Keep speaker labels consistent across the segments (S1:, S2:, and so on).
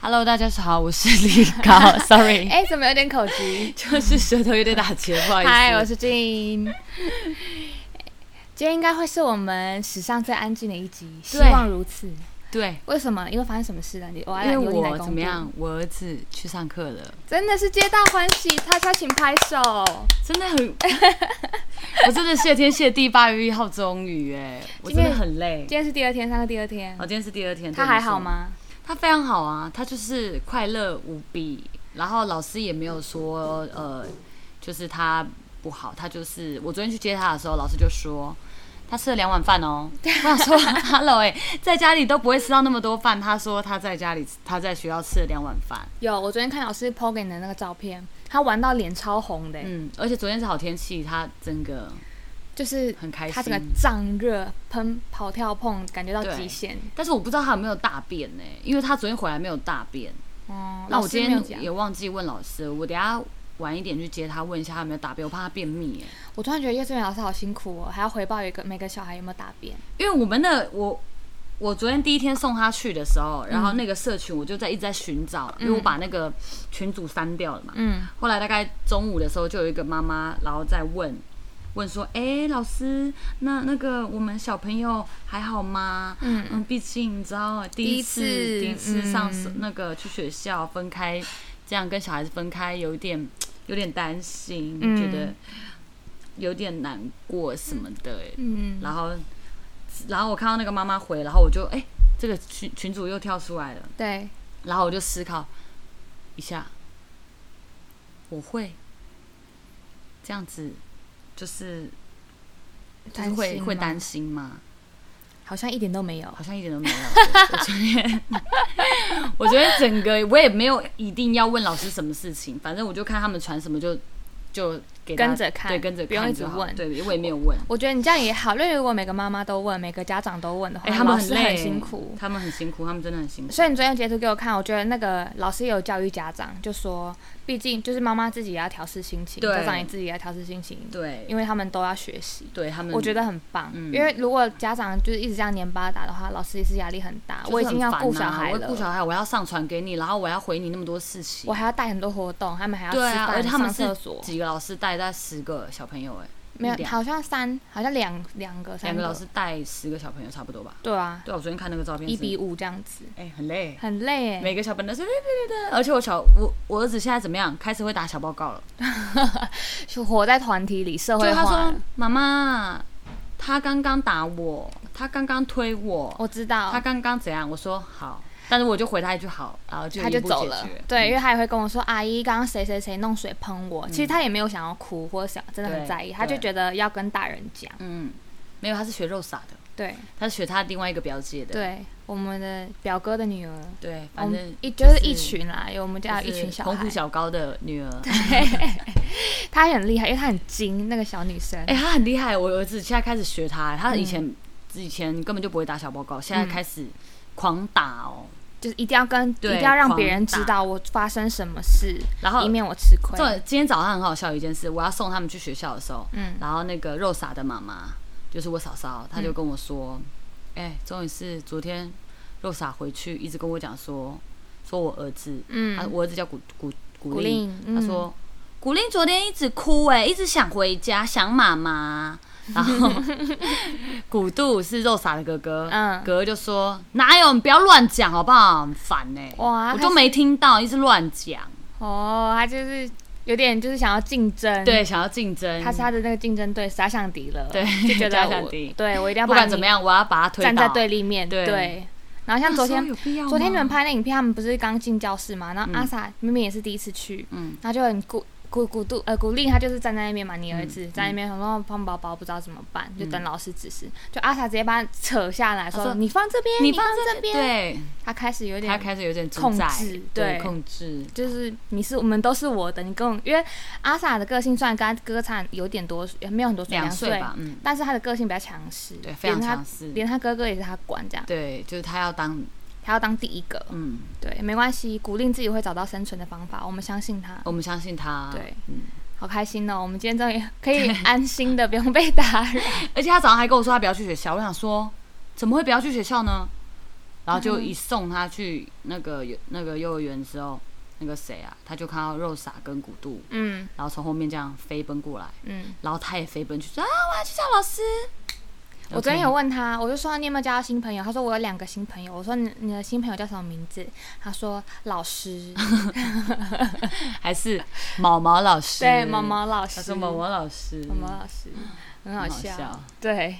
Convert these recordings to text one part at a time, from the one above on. S1: Hello，大家好，我是李高 ，Sorry，
S2: 哎，怎么有点口 急？
S1: 就是舌头有点打结，不好意思。
S2: 嗨，我是静。今天应该会是我们史上最安静的一集，希望如此。
S1: 对，
S2: 为什么？因为发生什么事了？你我要
S1: 因为
S2: 由你来
S1: 我
S2: 公
S1: 怎么
S2: 布？
S1: 样，我儿子去上课了，
S2: 真的是皆大欢喜，他他请拍手。
S1: 真的很， 我真的谢天谢地，八月一号终于哎，我真的很累
S2: 今。天是第二天，上课第二天
S1: 哦，，今天是第二天，
S2: 他
S1: 对
S2: 还好？吗？
S1: 没错他非常好啊，他就是快乐无比，然后老师也没有说呃，就是他不好，他就是我昨天去接他的时候，老师就说。他吃了两碗饭 哦，我想说，Hello，哎、在家里都不会吃到那么多饭。他说他在家里，他在学校吃了两碗饭，
S2: 有，我昨天看老师 PO 给你的那个照片，他玩到脸超红的，
S1: 嗯，而且昨天是好天气，他整个
S2: 就是
S1: 很开
S2: 他
S1: 心
S2: 整。个胀热、喷、跑、跳、碰，感觉到
S1: 对
S2: 极限。
S1: 但是我不知道他有没有大便呢、因为他昨天回来没有大便。
S2: 哦，
S1: 那
S2: 老
S1: 我
S2: 师
S1: 今
S2: 没有讲
S1: 天也忘记问老师，我等一下晚一点去接他，问一下他有没有大便，我怕他便秘、欸。
S2: 我突然觉得幼稚园老师好辛苦哦，还要回报一个每个小孩有没有大便。
S1: 因为我们的我。我昨天第一天送他去的时
S2: 嗯
S1: 候，然后那个社群我就在一直在寻找，因为我把那个群组删掉了嘛。
S2: 嗯，
S1: 后来大概中午的时候，就有一个妈妈，然后在问问说：“哎、老师，那那个我们小朋友还好吗？”
S2: 嗯
S1: 嗯，毕竟你知道第一次
S2: 第
S1: 第一
S2: 一次
S1: 次上
S2: 嗯
S1: 那个去学校分开，这样跟小孩子分开，有一点有点担心，
S2: 嗯
S1: 觉得有点难过什么的、欸
S2: 嗯，
S1: 然后，然后我看到那个妈妈回，然后我就哎、这个群群主又跳出来了，
S2: 对，
S1: 然后我就思考一下，我会这样子，就是就是会会担
S2: 心
S1: 心吗？
S2: 吗，好像一点都没有。
S1: 好像一点都没有。我我昨 天，我昨天整个我也没有一定要问老师什么事情，反正我就看他们传什么就就给大家
S2: 跟着看
S1: 对，跟着
S2: 不用
S1: 看
S2: 一直
S1: 就好
S2: 问
S1: 对，我也没有问。
S2: 我觉得你这样也好，因为如果每个妈妈都问，每个家长都问的话，
S1: 哎、他们
S2: 老师
S1: 累，
S2: 很辛苦。
S1: 他们很辛苦，他们真的很辛苦。
S2: 所以你昨天截图给我看，我觉得那个老师也有教育家长，就说，毕竟就是妈妈自己也要调试心情，
S1: 对
S2: 家长也自己也要调试心情，
S1: 对，
S2: 因为他们都要学习。
S1: 对他们，
S2: 我觉得很棒，
S1: 嗯
S2: 因为如果家长就是一直这样黏巴打的话，老师也是压力很大。
S1: 就是
S2: 我已经要
S1: 很烦
S2: 顾
S1: 啊
S2: 小孩
S1: 我
S2: 了，
S1: 顾小孩，我要上传给你，然后我要回你那么多事情
S2: 我。还要带很多活动，他们还要吃
S1: 对啊，
S2: 饭、
S1: 而且他们
S2: 上
S1: 是
S2: 厕所，
S1: 几个老师带带十个小朋友、哎，
S2: 没有，
S1: 一两
S2: 好像三，好像两两个，三
S1: 两个老师带十个小朋友差不多吧？
S2: 对啊，
S1: 对啊，我昨天看那个照片是，
S2: 一比五这样子，
S1: 哎、很累，
S2: 很累哎。
S1: 每个小朋友是对对对对，而且我小我我儿子现在怎么样？开始会打小报告了，
S2: 就活在团体里，社
S1: 就
S2: 会
S1: 他
S2: 化
S1: 说
S2: 了。
S1: 妈妈，他刚刚打我，他刚刚推我，
S2: 我知道
S1: 他，刚刚怎样？我说好，但是我就回他一句好，然后就
S2: 他
S1: 一
S2: 就
S1: 步
S2: 走
S1: 解
S2: 了
S1: 决。
S2: 对，
S1: 嗯
S2: 因为他也会跟我说：“阿姨，刚刚谁谁谁弄水喷我。”其实他也没有想要哭，或者想真的
S1: 对
S2: 很在意，他就
S1: 对
S2: 觉得要跟大人讲。
S1: 嗯，没有，他是学肉撒的，
S2: 对
S1: 他是学他另外一个表姐的，
S2: 对，我们的表哥的女儿，
S1: 对，
S2: 我
S1: 反正
S2: 们一
S1: 就
S2: 就是
S1: 是
S2: 一群啦，有我们家有一群小
S1: 红
S2: 孩
S1: 谷，小高的女 儿。
S2: 她也很厉害，因为她很精，那个小女生。
S1: 哎、她很厉害，我儿子现在开始学她，她以
S2: 嗯
S1: 前、以前根本就不会打小报告，现在开始狂打哦。
S2: 就是一定要跟，一
S1: 对
S2: 定要让别
S1: 狂
S2: 人知
S1: 打哦
S2: 道我发生什么事，
S1: 然后
S2: 以免我吃亏。
S1: 重点今天早上很好笑一件事，我要送他们去学校的时候，
S2: 嗯
S1: 然后那个肉傻的妈妈，就是我嫂嫂，她就跟我说，哎、终于是昨天肉傻回去一直跟我讲说，说我儿子，啊，
S2: 嗯，
S1: 我儿子叫古古古
S2: 古
S1: 令，
S2: 令，嗯
S1: 他说：“古令昨天一直哭、欸，一直想回家，想妈妈。”然 后古度是肉傻的哥哥，
S2: 嗯
S1: 哥哥就说：“哪有？你不要乱讲好不好？很烦呢、
S2: 哇，
S1: 我
S2: 他
S1: 都没听到，一直乱讲。
S2: 哦，他就是有点就是想要竞争，
S1: 对，，想要竞争，
S2: 嗯他是他的那个竞争对手，假想敌了，
S1: 对
S2: 就觉 得
S1: 假想
S2: 我
S1: 敌
S2: 对我一定要
S1: 不
S2: 把
S1: 管
S2: 你
S1: 怎么样，我要把他推倒。
S2: 站在对立面，
S1: 对
S2: 对。然后像
S1: 那
S2: 昨
S1: 时候
S2: 天，
S1: 有啊嗯必要吗
S2: 昨天你们拍那影片，他们不是刚进教室嘛？然后阿萨明明也是第一次去，
S1: 嗯
S2: 然后就很鼓鼓鼓度呃鼓励他，就是站在那边嘛，你儿子
S1: 嗯
S2: 站在那边，然后胖宝宝不知道怎么办，就等老师指示。就阿萨直接把他扯下来，
S1: 说
S2: 说：“你放这边，
S1: 你
S2: 放
S1: 放
S2: 这边。
S1: 对，”
S2: 他开始有
S1: 他
S2: 点，
S1: 开始有点主
S2: 控
S1: 宰
S2: 制
S1: 对
S2: 对
S1: 控制，
S2: 就是你是我们都是我的，你跟我，因为阿萨的个性虽然跟他哥哥差有点多，也没有很多岁，
S1: 两岁
S2: 岁
S1: 吧，嗯，
S2: 但是他的个性比较强势，
S1: 对，非常
S2: 连他
S1: 强势，
S2: 连他哥哥也是他管这样，
S1: 对，就是他要当，
S2: 他要当第一个，
S1: 嗯，
S2: 对，没关系，古令自己会找到生存的方法，我们相信他，
S1: 我们相信他，
S2: 对
S1: 嗯。”
S2: 好开心哦，我们今天终于可 以安心的不用被打扰，
S1: 而且他早上还跟我说他不要去学校，我想说怎么会不要去学校呢？然后就一送他去那个那个幼儿园之后，那个谁啊，他就看到肉傻跟古杜，
S2: 嗯
S1: 然后从后面这样飞奔过来，
S2: 嗯，
S1: 然后他也飞奔去说啊，我要去找老师。
S2: 我昨天
S1: OK
S2: 有问他，我就说你有没有交到新朋友？他说我有两个新朋友。我说你你的新朋友叫什么名字？他说老师，
S1: 还是毛毛老师，
S2: 对，毛，毛老
S1: 他
S2: 师，
S1: 说毛毛老师，
S2: 毛毛老师，很好
S1: 很
S2: 笑。
S1: 笑
S2: 对，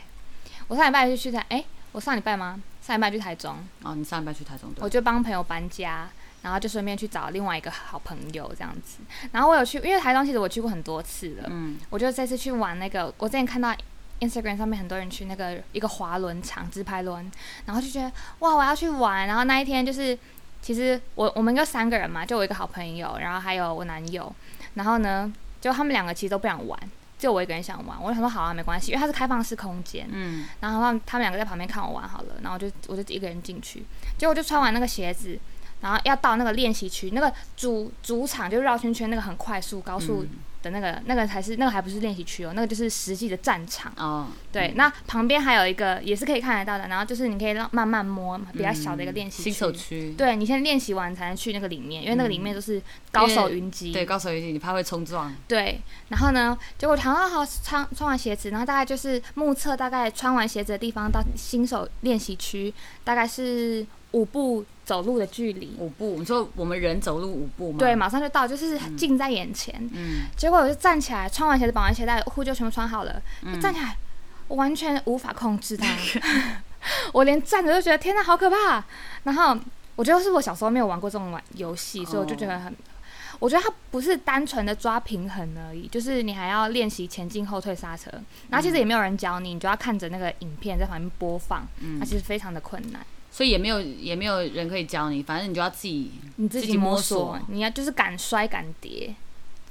S2: 我上礼拜就去台，哎、我上礼拜吗？上礼拜去台中，
S1: 哦，你上礼拜去台中对吧，
S2: 我就帮朋友搬家，然后就顺便去找另外一个好朋友这样子。然后我有去，因为台中其实我去过很多次了，
S1: 嗯，
S2: 我就这次去玩那个，我之前看到 Instagram 上面很多人去那个一个滑轮场直排轮，然后就觉得哇，我要去玩。然后那一天就是，其实我我们就三个人嘛，就我一个好朋友，然后还有我男友，然后呢，就他们两个其实都不想玩。只有我一个人想玩，我就想说好啊，没关系，因为它是开放式空间，
S1: 嗯，
S2: 然后他们他们两个在旁边看我玩好了，然后我就我就一个人进去，结果我就穿完那个鞋子，然后要到那个练习区，那个主主场就绕圈圈那个很快速高速
S1: 嗯
S2: 的那个、那个才是那个还不是练习区哦，那个就是实际的战场。
S1: 哦，
S2: 对，
S1: 嗯
S2: 那旁边还有一个也是可以看得到的，然后就是你可以让慢慢摸比较小的一个
S1: 嗯
S2: 练习区。
S1: 新手区，
S2: 对你先练习完才能去那个里面，因为那个里面都是高手云
S1: 嗯
S2: 集。
S1: 对，高手游戏你怕会冲撞，
S2: 对，然后呢，结果好像好穿穿完鞋子，然后大概就是目测大概穿完鞋子的地方到新手练习区，大概是五步走路的距离。
S1: 五步，你说我们人走路五步吗？
S2: 对，，马上就到，就是近在眼前。
S1: 嗯，
S2: 结果我就站起来，穿完鞋子、绑完鞋带、护就全部穿好了，
S1: 嗯
S2: 站起来，我完全无法控 制它， 我连站着都觉得天哪，好可怕。然后我觉得是我小时候没有玩过这种玩游
S1: 哦
S2: 戏，所以我就觉得很。我觉得它不是单纯的抓平衡而已，就是你还要练习前进、后退、刹车。然后其实也没有人教你，你就要看着那个影片在旁边播放，
S1: 嗯
S2: 它其实非常的困难。
S1: 所以也没有也没有人可以教你，反正你就要自己。
S2: 你自
S1: 自
S2: 己
S1: 己摸
S2: 摸
S1: 索
S2: 索，你要就是敢摔敢跌。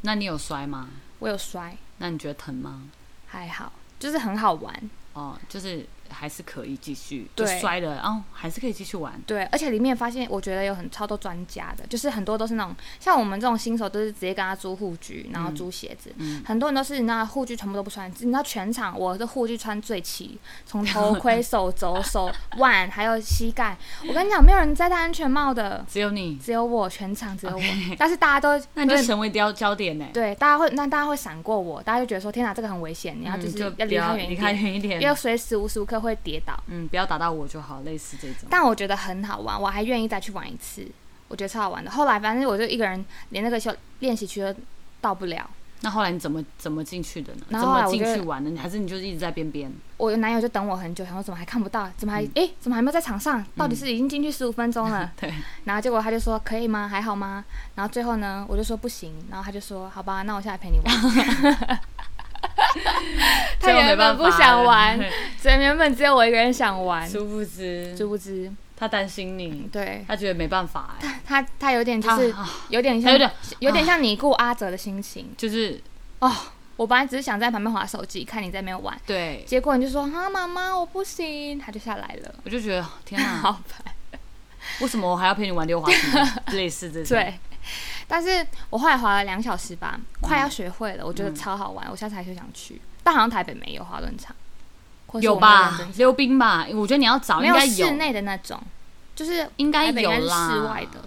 S1: 那你有摔吗？
S2: 我有摔，
S1: 那你觉得疼吗？
S2: 还好，就是很好玩。
S1: 哦，就是还是可以继续，就
S2: 对
S1: 摔了，哦，还是可以继续玩。
S2: 对，而且里面发现，我觉得有很超多专家的，就是很多都是那种像我们这种新手，都是直接跟他租护具，然后租鞋子。
S1: 嗯
S2: 很多人都是，你知道护具全部都不穿，你知道全场我的护具穿最齐，从头盔、手肘、手腕还有膝盖。我跟你讲，没有人在戴安全帽的，
S1: 只有你，
S2: 只有我，全场只有我。 但是大家都，
S1: 那你就成为焦焦点呢、欸
S2: 对，大家会，那大家会闪过我，大家就觉得说，天哪，这个很危险，你要
S1: 嗯
S2: 就是
S1: 就
S2: 要
S1: 不
S2: 离
S1: 要
S2: 他远一
S1: 离开
S2: 点，
S1: 远一点，
S2: 因为随时无时无刻会跌倒。
S1: 嗯，不要打到我就好，类似这种。
S2: 但我觉得很好玩，我还愿意再去玩一次，我觉得超好玩的。后来反正我就一个人，连那个小练习区都到不了，
S1: 那后来你怎么怎么进去的呢？怎
S2: 然后后来
S1: 么
S2: 我
S1: 进
S2: 就
S1: 去玩的？你还是你就是一直在边边？
S2: 我男友就等我很久，想说怎么还看不到，怎
S1: 嗯
S2: 么还诶，怎么还没有在场上？到底是已经进去十五分 钟了？
S1: 对，
S2: 然后结果他就说可以吗？还好吗？然后最后呢，我就说不行，然后他就说好吧，那我下来陪你玩。 他
S1: 结果没
S2: 原
S1: 办
S2: 本
S1: 法
S2: 不想玩
S1: 对，
S2: 所以原本只有我一个人想玩，
S1: 殊不知
S2: 殊不知，
S1: 他担心你，
S2: 对
S1: 他觉得没办法、欸，
S2: 他他有点就
S1: 他
S2: 是
S1: 啊
S2: 有点
S1: 他
S2: 像
S1: 有点
S2: 有点像你顾阿哲的心情。
S1: 就是
S2: 哦，我本来只是想在旁边划手机，看你在那边玩，
S1: 对，
S2: 结果你就说啊，妈妈，我不行，他就下来了，
S1: 我就觉得天哪、
S2: 好烦。
S1: 为什么我还要陪你玩溜滑梯？类似这种，
S2: 对，但是我后来滑了两小时吧，快
S1: 嗯
S2: 要学会了，我觉得超好玩，我下次还是想去，但好像台北没有滑轮场，或是
S1: 有
S2: 我没
S1: 吧
S2: 认真？
S1: 溜冰吧？我觉得你要找
S2: 没
S1: 应
S2: 有
S1: 该
S2: 室内的那种，就是
S1: 应该
S2: 台北应
S1: 有
S2: 该是
S1: 啦，
S2: 室外的。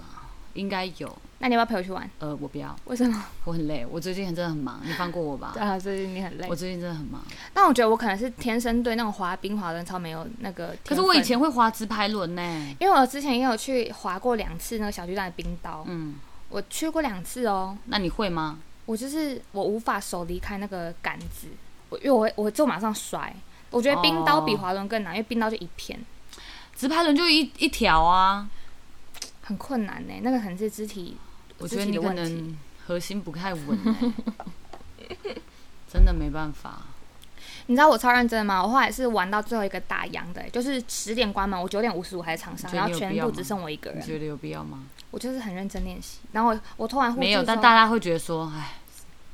S1: 应该有。
S2: 那你要不要陪我去玩？
S1: 呃，我不要，
S2: 为什么？
S1: 我很累，我最近真的很忙，你放过我吧。
S2: 啊，最近你很累
S1: 我。最近真的很忙，
S2: 但我觉得我可能是天生对那种滑冰、滑轮超没有那个天分。
S1: 可是我以前会滑直排轮呢、
S2: 因为我之前也有去滑过两次那个小巨蛋的冰刀，
S1: 嗯，
S2: 我去过两次哦。
S1: 那你会吗？
S2: 我就是我无法手离开那个杆子，我因为我会我就马上摔。我觉得冰刀比
S1: 哦
S2: 滑轮更难，因为冰刀就一片，
S1: 直排轮就一一条啊，
S2: 很困难呢、那个可能是肢体，
S1: 我
S2: 肢
S1: 觉得
S2: 体
S1: 你
S2: 的
S1: 可
S2: 问题。
S1: 能核心不太稳、 欸，真的没办法。
S2: 你知道我超认真的吗？我后来是玩到最后一个打烊的欸、就是十点关门，我九点五十五还在场上，
S1: 你觉
S2: 然
S1: 得你
S2: 后
S1: 有
S2: 全
S1: 必要
S2: 部
S1: 吗
S2: 只剩我一个
S1: 你
S2: 人。
S1: 觉得有必要吗？
S2: 我就是很认真练习，然后我哦我拖完护
S1: 没
S2: 具
S1: 有，
S2: 之
S1: 但
S2: 后
S1: 大家会觉得说，哎，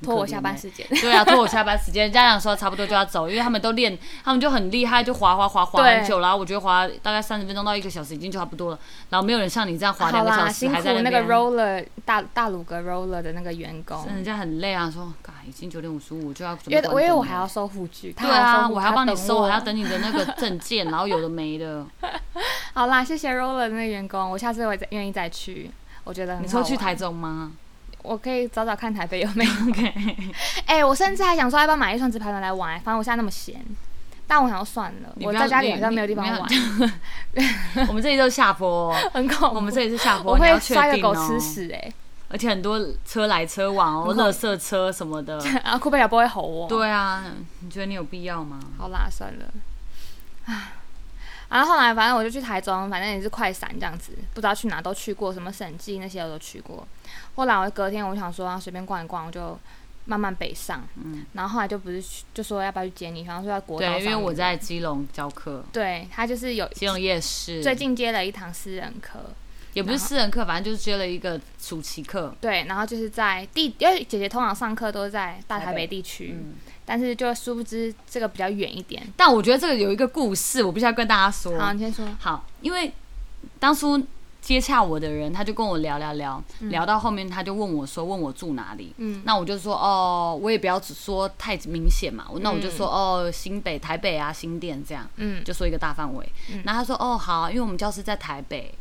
S1: 很
S2: 拖
S1: 可
S2: 我
S1: 怜
S2: 下班
S1: 欸
S2: 时间。
S1: 对啊，拖我下班时间，人家想说差不多就要走，因为他们都练，他们就很厉害，就滑滑滑滑
S2: 对
S1: 很久，然后我觉得滑大概三十分钟到一个小时已经就差不多了，然后没有人像你这样滑
S2: 好
S1: 两个小
S2: 啦，
S1: 时
S2: 辛苦
S1: 还在
S2: 那个
S1: 边。
S2: roller 大大鲁格 roller 的那个员工，
S1: 人家很累啊，说，嘎，已经九点五十五就要准
S2: 因
S1: 备
S2: 为
S1: 关
S2: 我因为
S1: 灯
S2: 我
S1: 了
S2: 还要收护具，他
S1: 对
S2: 还要
S1: 啊，
S2: 收护具
S1: 我还要帮你
S2: 他
S1: 收，
S2: 我
S1: 还要等你的那个证件，然后有的没的，
S2: 好啦，谢谢 Roller 那个员工，我下次会再愿意再去。我觉得 很
S1: 你
S2: 好
S1: 说去
S2: 玩
S1: 台，中吗
S2: 我可以找找看台北有没有。
S1: ？OK，
S2: 哎、我甚至还想说要不要买一双直排轮来玩，反正我现在那么闲。但我想说算了，
S1: 你
S2: 我
S1: 不
S2: 在
S1: 要
S2: 家里
S1: 你
S2: 好像没有地
S1: 你
S2: 方
S1: 不要
S2: 玩，
S1: 我们这里就是下坡哦，
S2: 很恐怖。
S1: 我们这里是下坡，
S2: 我
S1: 你
S2: 会
S1: 要确
S2: 摔个
S1: 定
S2: 狗
S1: 哦
S2: 吃屎哎、
S1: 而且很多车来车往哦，
S2: 很恐
S1: 垃圾车什么 的。
S2: 然后库贝尔不会吼我。
S1: 对啊，你觉得你有必要吗？
S2: 好啦，算了，唉，然后后来反正我就去台中，反正也是快闪这样子，不知道去哪都去过，什么审计那些我都去过。后来我隔天我想说啊随便逛一逛，我就慢慢北上，
S1: 嗯，
S2: 然后后来就不是去就说要不要去接你，好像说要国道
S1: 对，因为
S2: 上
S1: 我
S2: 面
S1: 在基隆教课，
S2: 对他就是有
S1: 基隆夜市，
S2: 最近接了一堂私人课，
S1: 也不是
S2: 然后
S1: 私人课，反正就是接了一个暑期课。
S2: 对，然后就是在地，因为姐姐通常上课都是在大台北地区，
S1: 嗯，
S2: 但是就殊不知这个比较远一点。
S1: 但我觉得这个有一个故事，我必须要跟大家说。
S2: 好，你先说，
S1: 好，因为当初接洽我的人，他就跟我聊聊聊，聊到后面他就问我说，问我住哪里。
S2: 嗯，
S1: 那我就说哦，我也不要只说太明显嘛，那我就说、哦，新北、台北啊，新店这样，
S2: 嗯，
S1: 就说一个大范围。
S2: 嗯
S1: 那他说哦好啊，因为我们教室在台北，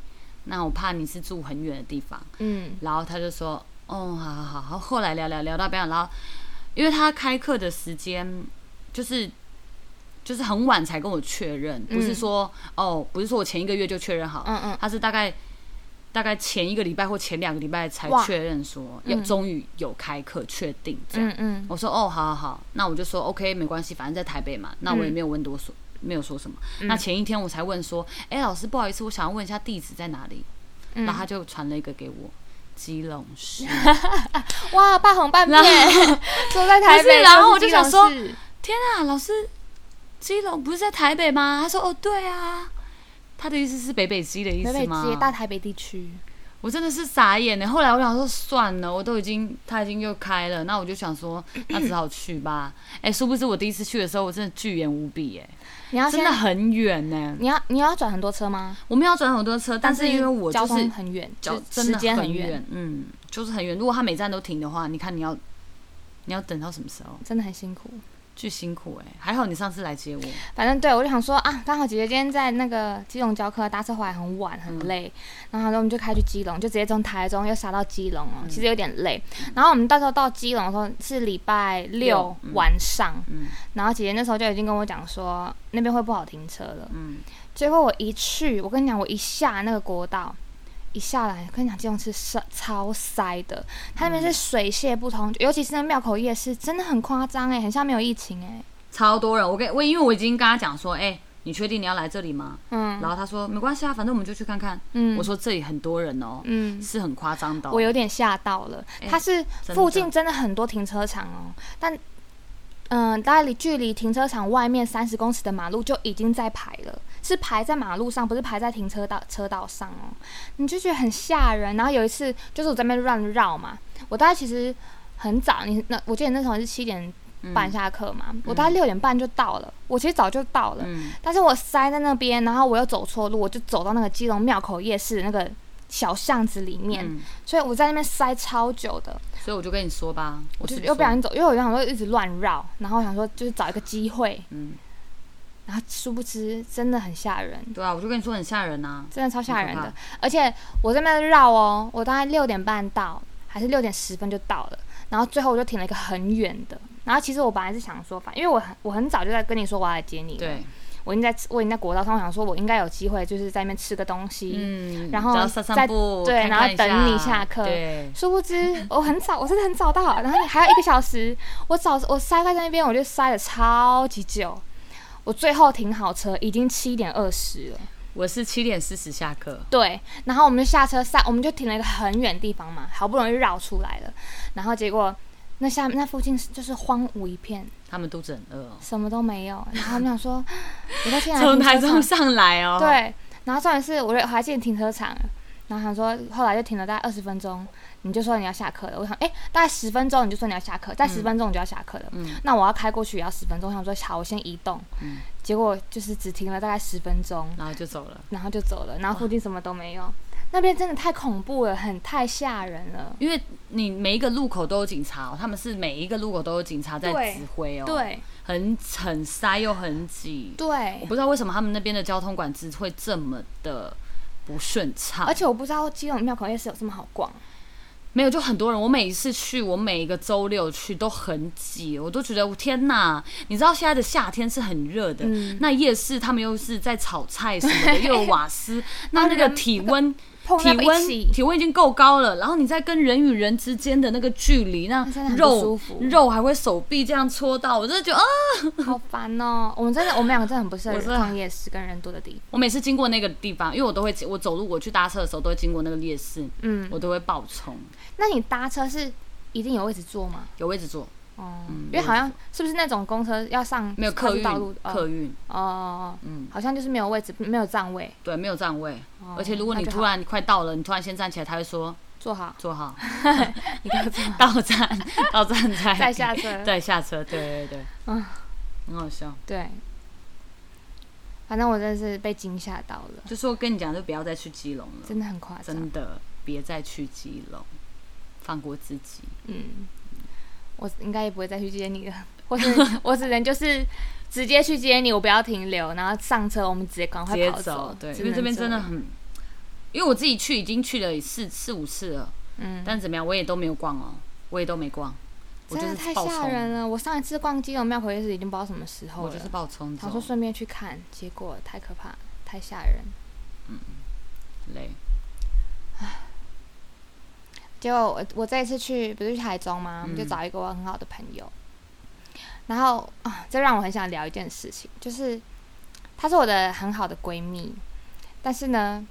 S1: 那我怕你是住很远的地方。
S2: 嗯，
S1: 然后他就说，哦，好好好好。后来聊聊聊到不要，然后因为他开课的时间就是就是很晚才跟我确认，不是
S2: 嗯
S1: 说、哦，不是说我前一个月就确认好，
S2: 嗯嗯，
S1: 他是大概大概前一个礼拜或前两个礼拜才
S2: 哇
S1: 确认说要
S2: 嗯
S1: 终于有开课确定这样。
S2: 嗯嗯，
S1: 我说哦，好好好，那我就说 OK，没关系，反正在台北嘛，那我也
S2: 嗯
S1: 没有问多说，没有说什么。
S2: 嗯
S1: 那前一天我才问说，哎、老师，不好意思，我想要问一下地址在哪里？
S2: 嗯
S1: 然后他就传了一个给我，基隆市。
S2: 哇，半红半片， 住在台
S1: 不是
S2: 北，
S1: 然后我
S2: 都
S1: 就
S2: 是
S1: 想
S2: 基
S1: 说
S2: 隆市，
S1: 天啊，老师，基隆不是在台北吗？他说哦，对啊。他的意思是北北基的意
S2: 台
S1: 思
S2: 北
S1: 吗？
S2: 街大台北地区，
S1: 我真的是傻眼欸呢。后来我想说算了，我都已经他已经又开了，那我就想说那只好去吧。哎、殊不知我第一次去的时候，我真的巨远无比哎、
S2: 你要
S1: 真
S2: 先
S1: 的，很远欸呢。
S2: 你要你要转很多车吗？
S1: 我们要转很多车，但是因为我
S2: 交
S1: 就
S2: 通
S1: 是
S2: 很远，
S1: 就
S2: 就
S1: 真
S2: 时
S1: 的
S2: 间
S1: 很
S2: 远，，
S1: 嗯，就是很远。如果他每站都停的话，你看你要你要等到什么时候？
S2: 真的很辛苦。
S1: 巨辛苦哎、还好你上次来接我，
S2: 反正对我就想说啊，刚好姐姐今天在那个基隆教课，搭车回来很晚很
S1: 嗯
S2: 累，然后我们就开去基隆，就直接从台中又杀到基隆
S1: 嗯
S2: 哦，其实有点累。然后我们到时候到基隆的时候是礼拜六
S1: 六嗯
S2: 晚上，
S1: 嗯
S2: 然后姐姐那时候就已经跟我讲说那边会不好停车了。
S1: 嗯，
S2: 结果我一去，我跟你讲，我一下那个国道，一下来，跟你讲，基隆是塞超塞的，它那边是水泄不通，尤其是那庙口夜市，真的很夸张哎，很像没有疫情哎、
S1: 超多人。我跟我因为我已经跟他讲说，哎、你确定你要来这里吗？
S2: 嗯
S1: 然后他说没关系啊，反正我们就去看看。
S2: 嗯，
S1: 我说这里很多人哦，
S2: 嗯，
S1: 是很夸张的哦、
S2: 我有点吓到了，
S1: 哎
S2: 它是
S1: 真的
S2: 附近真的很多停车场哦，但。嗯，大概离距离停车场外面三十公尺的马路就已经在排了，是排在马路上，不是排在停车道车道上哦。你就觉得很吓人。然后有一次，就是我在那边乱绕嘛，我大概其实很早，你那我记得你那时候是七点
S1: 嗯
S2: 半下课嘛，我大概六点半就到了，我其实早就到了，
S1: 嗯，
S2: 但是我塞在那边，然后我又走错路，我就走到那个基隆庙口夜市那个小巷子里面，
S1: 嗯
S2: 所以我在那边塞超久的，
S1: 所以我就跟你说吧，
S2: 我
S1: 我
S2: 就是又不小心走，因为我就想说一直乱绕，然后我想说就是找一个机会，
S1: 嗯，
S2: 然后殊不知真的很吓人，
S1: 对啊，我就跟你说很吓人啊。
S2: 真的超吓人
S1: 很
S2: 的
S1: 可。
S2: 而且我在那边绕哦，我大概六点半到，还是六点十分就到了，然后最后我就停了一个很远的。然后其实我本来是想说，反因为我很我很早就在跟你说我要来接你了，
S1: 对，
S2: 我已经在我已经在国道上，我想说我应该有机会就是在那边吃个东西，
S1: 嗯，
S2: 然后
S1: 只要散
S2: 再
S1: 散步，
S2: 对
S1: 看
S2: 然后
S1: 看一
S2: 等你下课
S1: 对，
S2: 殊不知我很早，我真的很早到，啊然后还有一个小时，我早我塞在那边，我就塞了超级久。我最后停好车，已经七点二十了。
S1: 我是七点四十下课，
S2: 对，然后我们就下车塞，我们就停了一个很远的地方嘛，好不容易绕出来了。然后结果那下那附近是就是荒芜一片，
S1: 他们肚子很饿哦，
S2: 什么都没有。然后我们想说，我在天
S1: 从台中
S2: 上。
S1: 上来哦，，
S2: 对，然后重点是我还进停车场，然后想说后来就停了大概二十分钟，你就说你要下课了。我想，哎、大概十分钟你就说你要下课，在十分钟你就要下课了。
S1: 嗯
S2: 那我要开过去也要十分钟，我想说好，我先移动。
S1: 嗯
S2: 结果就是只停了大概十分钟，
S1: 然后就走了。
S2: 然后就走了，然后附近什么都没有。那边真的太恐怖了，很太吓人了。
S1: 因为你每一个路口都有警察、哦，他们是每一个路口都有警察在
S2: 对
S1: 指挥哦，，
S2: 对
S1: 很很塞又很挤，我
S2: 对，
S1: 不知道为什么他们那边的交通管制会这么的不顺畅，
S2: 而且我不知道基隆庙口夜市有这么好逛。
S1: 没有，就很多人。我每一次去，我每一个周六去都很挤，我都觉得天哪！你知道现在的夏天是很热的，
S2: 嗯
S1: 那夜市他们又是在炒菜什么的，又有瓦 斯，那那个体温。
S2: 碰
S1: 体
S2: 在一
S1: 温
S2: 起，
S1: 体温已经够高了，然后你再跟人与人之间的那个距离，那
S2: 那真的很不舒
S1: 肉
S2: 服
S1: 肉还会手臂这样戳到，我真的觉得啊！
S2: 好烦哦！我们真的，我们两个真的很不适合
S1: 我真啊的
S2: 逛夜市跟人多的地方。
S1: 我每次经过那个地方，因为我都会我走路我去搭车的时候都会经过那个夜市，
S2: 嗯，
S1: 我都会爆冲，
S2: 那你搭车是一定有位置坐吗？
S1: 有位置坐，
S2: 哦、
S1: 嗯
S2: 因为好像是不是那种公车要上
S1: 没有客
S2: 快速
S1: 运
S2: 道路的
S1: 客运，
S2: 哦哦，
S1: 嗯，
S2: 好像就是没有位置，没有站位。
S1: 对，没有站位。
S2: 哦
S1: 而且如果
S2: 那
S1: 你
S2: 就
S1: 突
S2: 好
S1: 然快到了，你突然先站起来，他会说
S2: 坐 好，
S1: 坐 好，
S2: 你给我坐好，
S1: 到站，到站再
S2: 再下车。
S1: 再下车，对对对，
S2: 嗯
S1: 很好笑。
S2: 对，反正我真的是被惊吓到了，
S1: 就说跟你讲，就不要再去基隆了，
S2: 真的很夸张。
S1: 真的别再去基隆，放过自己。
S2: 嗯，我应该也不会再去接你了，或是 我只能就是直接去接你，我不要停留，然后上车我们直接赶
S1: 直
S2: 快
S1: 接
S2: 跑
S1: 走，对，
S2: 只
S1: 因为
S2: 能
S1: 这边真的
S2: 样
S1: 很，因为我自己去已经去了四四五次了，
S2: 嗯，
S1: 但怎么样我也都没有逛哦，我也都没逛，我
S2: 真
S1: 就
S2: 的
S1: 是
S2: 太
S1: 暴
S2: 吓人
S1: 冲，
S2: 了！我上一次逛基隆庙口夜市已经不知道什么时候
S1: 我
S2: 了，
S1: 就是暴冲
S2: 想
S1: 走
S2: 说，顺便去看，结果太可怕，太吓人。
S1: 累，
S2: 结果我我这一次去不是去台中吗？我们就
S1: 嗯
S2: 找一个我很好的朋友，然后啊，这让我很想聊一件事情，就是她是我的很好的闺蜜，但是呢，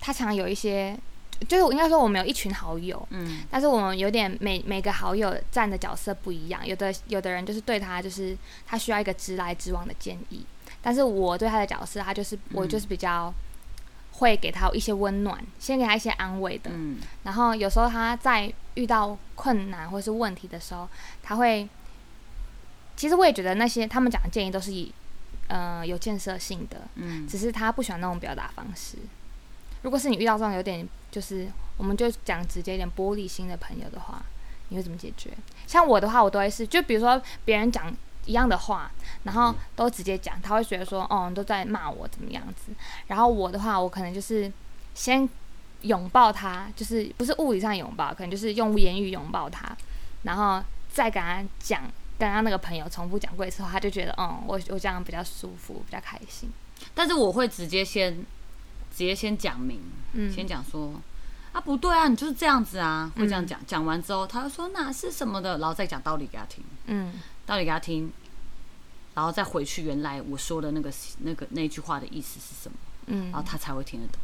S2: 她常有一些，就是我应该说我们有一群好友，
S1: 嗯
S2: 但是我们有点每每个好友站的角色不一样，有的有的人就是对他就是他需要一个直来直往的建议，但是我对他的角色，他就是我
S1: 嗯
S2: 就是比较会给他一些温暖，先给他一些安慰的，
S1: 嗯
S2: 然后有时候他在遇到困难或是问题的时候，他会，其实我也觉得那些他们讲的建议都是以呃有建设性的，
S1: 嗯，
S2: 只是他不喜欢那种表达方式。如果是你遇到这种有点就是，我们就讲直接一点玻璃心的朋友的话，你会怎么解决？像我的话，我都会是，就比如说别人讲一样的话，然后都直接讲，他会觉得说，哦，你都在骂我怎么样子。然后我的话，我可能就是先拥抱他，就是不是物理上拥抱，可能就是用言语拥抱他，然后再跟他讲。刚刚那个朋友重复讲过一次后，他就觉得，嗯，我我这样比较舒服，比较开心。
S1: 但是我会直接先直接先讲明，
S2: 嗯，
S1: 先讲说。啊，不对啊，你就是这样子啊，会这样
S2: 嗯
S1: 讲。讲、完之后，他就说哪是什么的，然后再讲道理给他听，
S2: 嗯，
S1: 道理给他听，然后再回去原来我说的那个那个那句话的意思是什么，
S2: 嗯
S1: 然哦后他才会听得懂。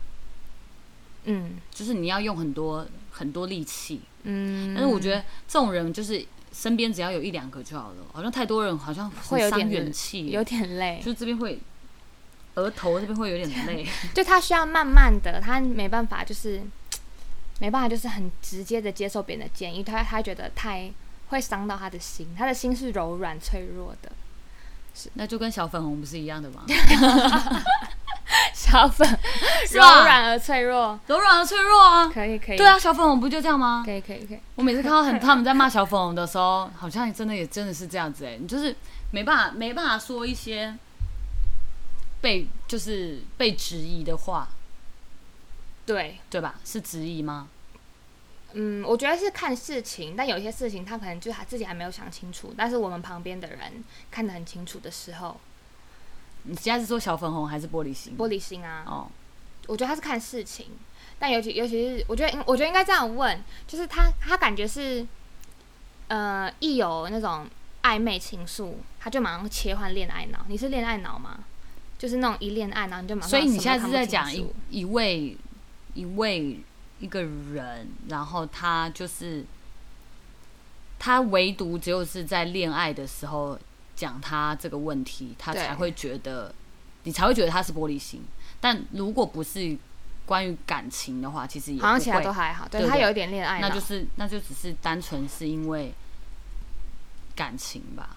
S2: 嗯
S1: 就是你要用很多很多力气，
S2: 嗯，
S1: 但是我觉得这种人就是身边只要有一两个就好了，好像太多人好像
S2: 会有
S1: 很伤
S2: 点
S1: 元气，
S2: 有点累
S1: 就，是这边会额头这边会有点 累，
S2: 就他需要慢慢的，他没办法就是没办法就是很直接的接受别人的建议，他他觉得太会伤到他的心，他的心是柔软脆弱的。
S1: 那就跟小粉红不是一样的吗？
S2: 小粉
S1: 是
S2: 柔
S1: 吧
S2: 软而脆弱，
S1: 柔软而脆弱啊。
S2: 可以可以，
S1: 对，啊，小粉红不就这样吗
S2: 可？以可以可以，
S1: 我每次看到很他们在骂小粉红的时候，好像真的也真的是这样子哎、你就是没办法没办法说一些被就是被质疑的话，
S2: 对，
S1: 对吧？是质疑吗？
S2: 嗯，我觉得是看事情，但有一些事情他可能就是他自己还没有想清楚，但是我们旁边的人看得很清楚的时候，
S1: 你现在是说小粉红还是玻璃心？
S2: 玻璃心啊，
S1: 哦，
S2: 我觉得他是看事情，但尤其尤其是我觉得应我觉得应该这样问，就是他他感觉是，呃，一有那种暧昧情愫，他就马上切换恋爱脑。你是恋爱脑吗？就是那种一恋爱，然后你就马上
S1: 所以你
S2: 什么
S1: 现
S2: 都
S1: 在是在
S2: 看不清
S1: 讲一
S2: 楚
S1: 一位一位一个人，然后他就是他唯独只有是在恋爱的时候讲他这个问题，他
S2: 对
S1: 才会觉得你才会觉得他是玻璃心。但如果不是关于感情的话，其实也
S2: 好像
S1: 不
S2: 其他
S1: 会
S2: 都还好，对
S1: 对不
S2: 他
S1: 对
S2: 有一点恋爱脑，
S1: 那就是那就只是单纯是因为感情吧，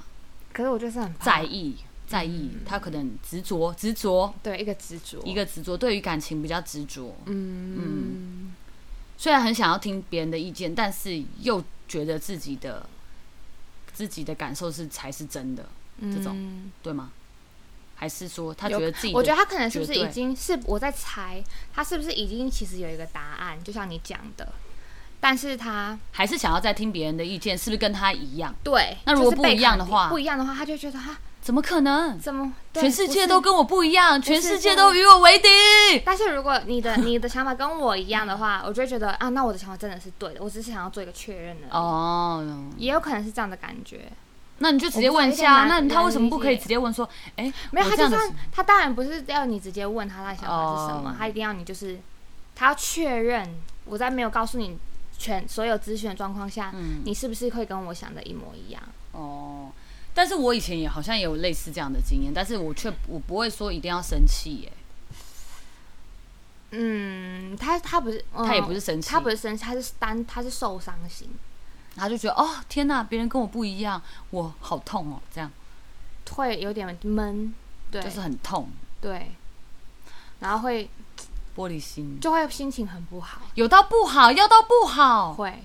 S2: 可是我就是很怕
S1: 在，意在意，
S2: 嗯
S1: 他可能执着执着
S2: 对，一个执着，
S1: 一个执着，对于感情比较执着，
S2: 嗯
S1: 虽然很想要听别人的意见，但是又觉得自己的自己的感受是才是真的，
S2: 嗯
S1: 这种
S2: 种。
S1: 对吗？还是说他觉
S2: 有
S1: 得自己
S2: 我觉
S1: 的
S2: 得他可能是不是
S1: 绝
S2: 已
S1: 对
S2: 经是我在猜，他是不是已经其实有一个答案，就像你讲的，但是他
S1: 还是想要再听别人的意见，是不是跟他一样？
S2: 对，
S1: 那如果
S2: 就是
S1: 不
S2: 被
S1: 一样
S2: 肯
S1: 的
S2: 定
S1: 话
S2: 不一样的话，他就觉得哈，
S1: 怎么可能？
S2: 怎么对
S1: 全世
S2: 不
S1: 界
S2: 是
S1: 都跟我不一样，全
S2: 是
S1: 世
S2: 这
S1: 界
S2: 样
S1: 都与我为敌。
S2: 但是如果你的你的想法跟我一样的话，我就会觉得啊，那我的想法真的是对的，我只是想要做一个确认的。哦，
S1: 哦，
S2: 也有可能是这样的感觉。
S1: 那你就直接
S2: 我不知道
S1: 问一下啊，
S2: 有点
S1: 那
S2: 难
S1: 他为什么不可以
S2: 难理解
S1: 直接问说，哎，
S2: 没有，
S1: 我
S2: 他
S1: 这
S2: 就
S1: 样的
S2: 算他当然不是要你直接问他他的想法是什么
S1: 哦
S2: 他一定要你就是他要确认我在没有告诉你全所有资讯的状况下，
S1: 嗯
S2: 你是不是会跟我想的一模一样？
S1: 哦，但是我以前也好像也有类似这样的经验，但是我却我不会说一定要生气耶，
S2: 嗯，他他不是，嗯
S1: 他也不是生气
S2: 他不是生气，他是单他是受伤心，
S1: 他就觉得哦天哪，别人跟我不一样，我好痛哦，这样
S2: 会有点闷，对、
S1: 就是很痛，
S2: 对，然后会
S1: 玻璃心，
S2: 就会心情很不好，
S1: 有到不好，要到不好，
S2: 会，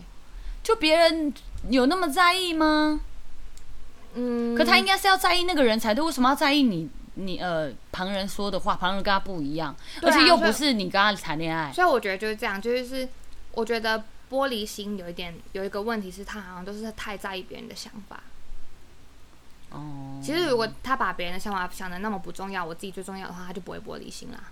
S1: 就别人有那么在意吗？
S2: 嗯，
S1: 可他应该是要在意那个人才对，为什么要在意你？你呃，旁人说的话，旁人跟他不一样，
S2: 对
S1: 而
S2: 啊
S1: 且又
S2: 所以
S1: 不是你跟他谈恋爱，
S2: 所以我觉得就是这样，就是我觉得玻璃心有一点有一个问题是，他好像都是太在意别人的想法。
S1: 哦，
S2: 其实如果他把别人的想法想的那么不重要，我自己最重要的话，他就不会玻璃心啦，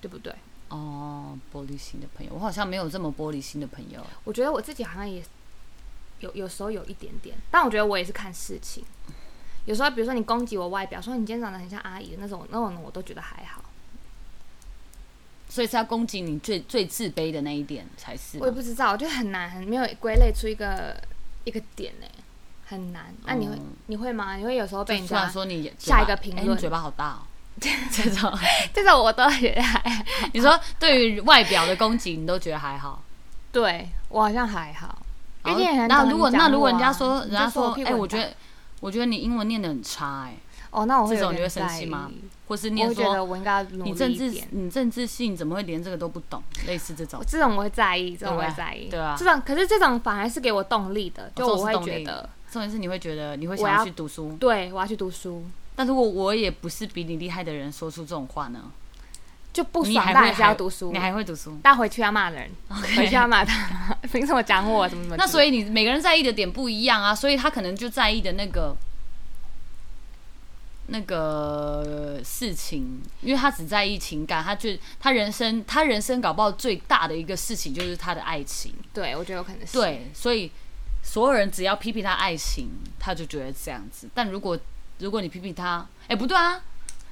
S2: 对不对？
S1: 哦，玻璃心的朋友，我好像没有这么玻璃心的朋友。
S2: 我觉得我自己好像也有有时候有一点点，但我觉得我也是看事情。有时候，比如说你攻击我外表，说你今天长得很像阿姨那种，那种我都觉得还好。
S1: 所以是要攻击你最最自卑的那一点才是啊
S2: 我也不知道，就很难，很没有归类出一个一个点呢、很难。那、你会、
S1: 嗯
S2: 你会吗？你会有时候被
S1: 被
S2: 人
S1: 突
S2: 家
S1: 然说你嘴
S2: 下一
S1: 巴
S2: 个评
S1: 哎你
S2: 论
S1: 嘴巴好大哦，这种
S2: 这种我都觉 得还
S1: 你说对于外表的攻击你都觉得还好。
S2: 对我好像还好。因为你也
S1: 然后那
S2: 很懂
S1: 如果
S2: 你讲
S1: 那如果
S2: 我啊
S1: 人家说
S2: 你
S1: 人
S2: 就
S1: 家
S2: 说
S1: 说
S2: 我屁股
S1: 哎，
S2: 很
S1: 我觉
S2: 大
S1: 得我觉得你英文念得很差哎，
S2: 哦，那我会
S1: 这
S2: 有
S1: 种你
S2: 点
S1: 会生
S2: 在
S1: 气吗
S2: 意？
S1: 或是
S2: 我
S1: 念
S2: 会觉得
S1: 说
S2: 我应该努
S1: 你
S2: 力
S1: 政
S2: 一
S1: 治
S2: 点。
S1: 你政治系你怎么会连这个都不懂？类似这种
S2: 我这种我会在意，这种我
S1: 对
S2: 会
S1: 啊
S2: 在意，
S1: 对啊哦
S2: 这种可是这种反而是给我动力的，就
S1: 这
S2: 我
S1: 种是
S2: 会
S1: 动
S2: 觉
S1: 力
S2: 得，
S1: 重点是你会觉得你会
S2: 我
S1: 想要
S2: 要
S1: 去读书，
S2: 对我要去读书，
S1: 但如果我也不是比你厉害的人说出这种话呢？
S2: 就不
S1: 你
S2: 爽，
S1: 还
S2: 但
S1: 会
S2: 还是要
S1: 还
S2: 读书
S1: 你，还会读书？
S2: 但回去要 骂人回去要骂他， 凭什么讲我？怎么怎么？
S1: 那所
S2: 以
S1: 以你每个人在意的点不一样啊，所以他可能就在意的那个那个事情，因为他只在意情感，他就他人生他人生搞不好最大的一个事情就是他的爱情，
S2: 对我觉得有可能是，
S1: 对，所以所有人只要批评他爱情，他就觉得这样子。但如果如果你批评他，哎、不对啊，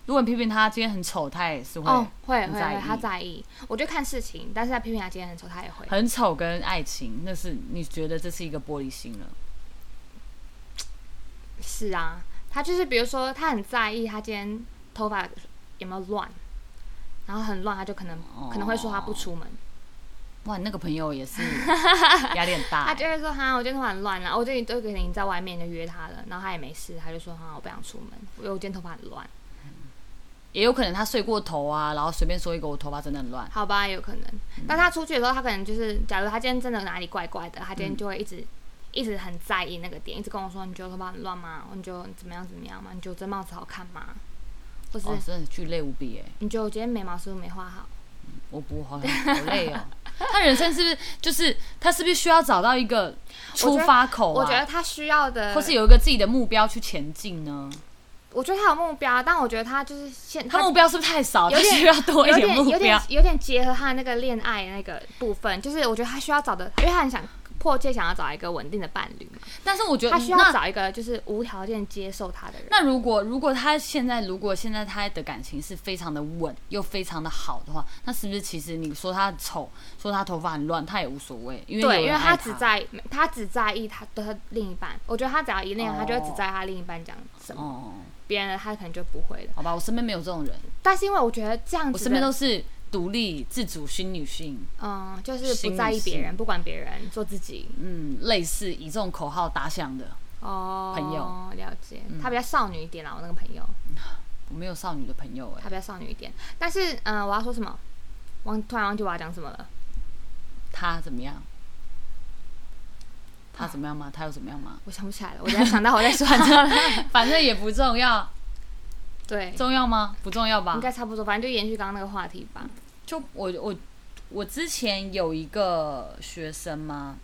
S1: 如果你批评他今天很丑，他也是会、
S2: 哦，会
S1: 很
S2: 会
S1: 在
S2: 会，他
S1: 意
S2: 在意，我就看事情，但是他批评他今天很丑，他也会，
S1: 很丑跟爱情，那是你觉得这是一个玻璃心了。
S2: 是啊，他就是比如说他很在意他今天头发有没有乱，然后很乱，他就可能
S1: 哦
S2: 可能会说他不出门，
S1: 哇，你那个朋友也 是压力很大、欸
S2: 他就会说哈，我今天头发很乱啊啦，我最近都给你在外面就约他了，然后他也没事，他就说哈，我不想出门，因为我今天头发很乱，
S1: 也有可能他睡过头啊，然后随便说一个我头发真的很乱。
S2: 好吧，有可能。
S1: 嗯
S2: 但他出去的时候，他可能就是，假如他今天真的哪里怪怪的，他今天就会一直、
S1: 嗯
S2: 一直很在意那个点，一直跟我说，你觉得我头发很乱吗？你觉得我怎么样怎么样吗？你觉得我这帽子好看吗？或是、
S1: 哦，真的巨累无比哎、
S2: 你觉得我今天眉毛是不是没画好？
S1: 我不好 好累哦。他人生是不是就是他是不是需要找到一个出发口啊？
S2: 我觉得呃他需要的，
S1: 或是有一个自己的目标去前进呢？
S2: 我觉得他有目标，但我觉得他就是现
S1: 他
S2: 他
S1: 目标是不是太少？
S2: 有
S1: 他
S2: 点
S1: 需要多一
S2: 有
S1: 点
S2: 点
S1: 目
S2: 有点
S1: 标。
S2: 有点结合他那个恋爱那个部分，就是我觉得他需要找的，因为他很想迫切想要找一个稳定的伴侣嘛，
S1: 但是我觉得
S2: 他需要
S1: 那
S2: 找一个就是无条件接受他的人。
S1: 那如果如果他现在如果现在他的感情是非常的稳又非常的好的话，那是不是其实你说他丑，说他头发很乱，他也无所谓，因为
S2: 对，
S1: 有
S2: 因为
S1: 人爱
S2: 他只在他只在意他的另一半，我觉得他只要一恋爱，他就会只在意他另一半讲什么，
S1: 哦，
S2: 别人的他可能就不会了。
S1: 好吧，我身边没有这种人。
S2: 但是因为我觉得这样
S1: 我
S2: 子
S1: 身边
S2: 的，
S1: 都是独立自主新女性，
S2: 嗯，就是不在意别人，不管别人，做自己。
S1: 嗯，类似以这种口号打响的，
S2: 哦，
S1: 朋友嗯
S2: 了解，他比较少女一点啦，我那个朋友，
S1: 我没有少女的朋友哎、
S2: 她比较少女一点。但是，嗯、我要说什么？忘突然忘记我要讲什么了。
S1: 他怎么样？他怎么样吗？他又怎么样吗？
S2: 我想不起来了，我等一下想到我再说。反正
S1: 反正也不重要，
S2: 对，
S1: 重要吗？不重要吧
S2: 应？该差不多，反正就延续刚刚那个话题吧。
S1: 就我我我之前有一个学生嘛，